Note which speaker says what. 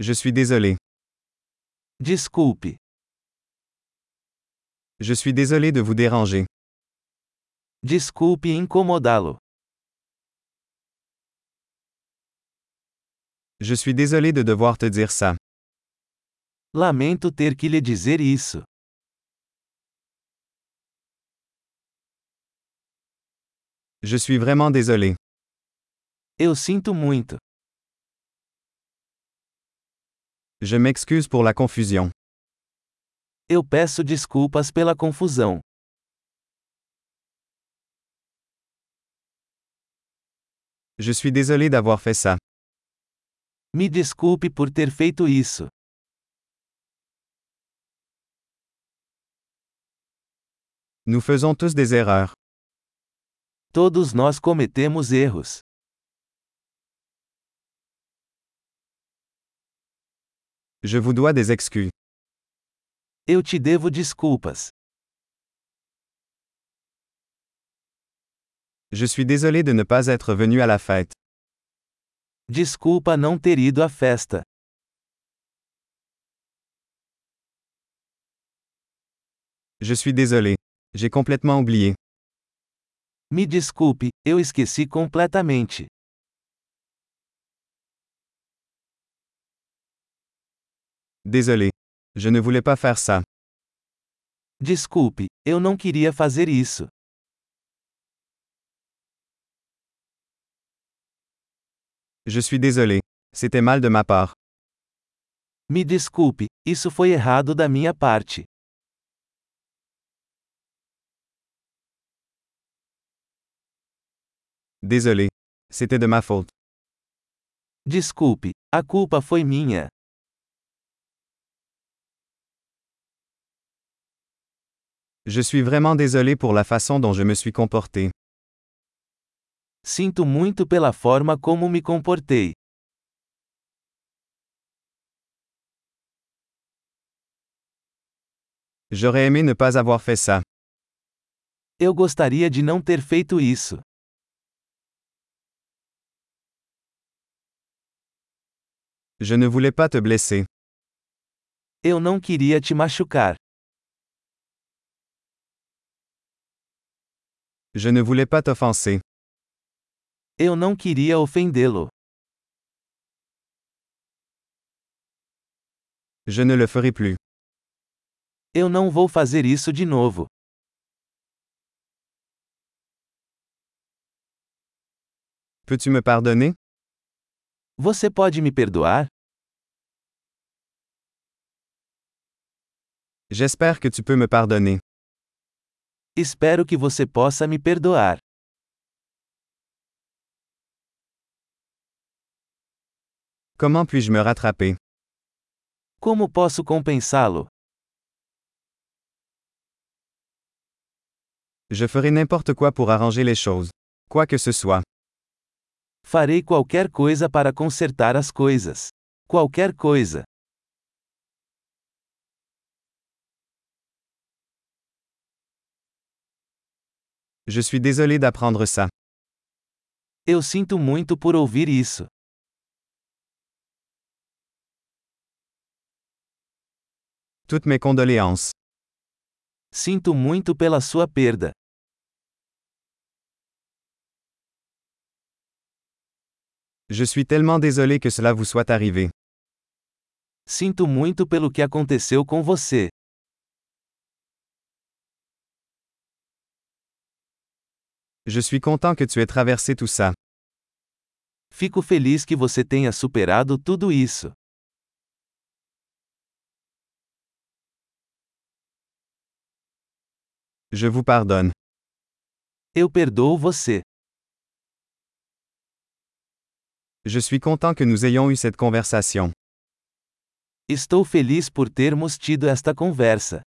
Speaker 1: Je suis désolé.
Speaker 2: Desculpe.
Speaker 1: Je suis désolé de vous déranger.
Speaker 2: Desculpe incomodá-lo.
Speaker 1: Je suis désolé de devoir te dire ça.
Speaker 2: Lamento ter que lhe dizer isso.
Speaker 1: Je suis vraiment désolé.
Speaker 2: Eu sinto muito.
Speaker 1: Je m'excuse pour la confusion.
Speaker 2: Eu peço desculpas pela confusão.
Speaker 1: Je suis désolé d'avoir fait ça.
Speaker 2: Me desculpe por ter feito isso.
Speaker 1: Nous faisons tous des erreurs.
Speaker 2: Todos nós cometemos erros.
Speaker 1: Je vous dois des excuses.
Speaker 2: Eu te devo desculpas.
Speaker 1: Je suis désolé de ne pas être venu à la fête.
Speaker 2: Desculpa não ter ido à festa.
Speaker 1: Je suis désolé. J'ai complètement oublié.
Speaker 2: Me desculpe, eu esqueci completamente.
Speaker 1: Désolé. Je ne voulais pas faire ça.
Speaker 2: Desculpe, eu não queria fazer isso.
Speaker 1: Je suis désolé. C'était mal de ma part.
Speaker 2: Me desculpe, isso foi errado da minha parte.
Speaker 1: Désolé. C'était de ma faute.
Speaker 2: Desculpe, a culpa foi minha.
Speaker 1: Je suis vraiment désolé pour la façon dont je me suis comporté.
Speaker 2: Sinto muito pela forma como me comportei.
Speaker 1: J'aurais aimé ne pas avoir fait ça.
Speaker 2: Eu gostaria de não ter feito isso.
Speaker 1: Je ne voulais pas te blesser.
Speaker 2: Eu não queria te machucar.
Speaker 1: Je ne voulais pas t'offenser.
Speaker 2: Eu não queria ofendê-lo.
Speaker 1: Je ne le ferai plus.
Speaker 2: Eu não vou fazer isso de novo.
Speaker 1: Peux-tu me pardonner?
Speaker 2: Você pode me perdoar?
Speaker 1: J'espère que tu peux me pardonner.
Speaker 2: Espero que você possa me perdoar.
Speaker 1: Comment puis-je me rattraper?
Speaker 2: Como posso compensá-lo?
Speaker 1: Je ferai n'importe quoi pour arranger les choses. Quoi que ce soit.
Speaker 2: Farei qualquer coisa para consertar as coisas. Qualquer coisa.
Speaker 1: Je suis désolé d'apprendre ça.
Speaker 2: Eu sinto muito por ouvir isso.
Speaker 1: Toutes mes condoléances.
Speaker 2: Sinto muito pela sua perda.
Speaker 1: Je suis tellement désolé que cela vous soit arrivé.
Speaker 2: Sinto muito pelo que aconteceu com você.
Speaker 1: Je suis content que tu aies traversé tout ça.
Speaker 2: Fico feliz que você tenha superado tudo isso.
Speaker 1: Je vous pardonne.
Speaker 2: Eu perdoo você.
Speaker 1: Je suis content que nous ayons eu cette conversation.
Speaker 2: Estou feliz por termos tido esta conversa.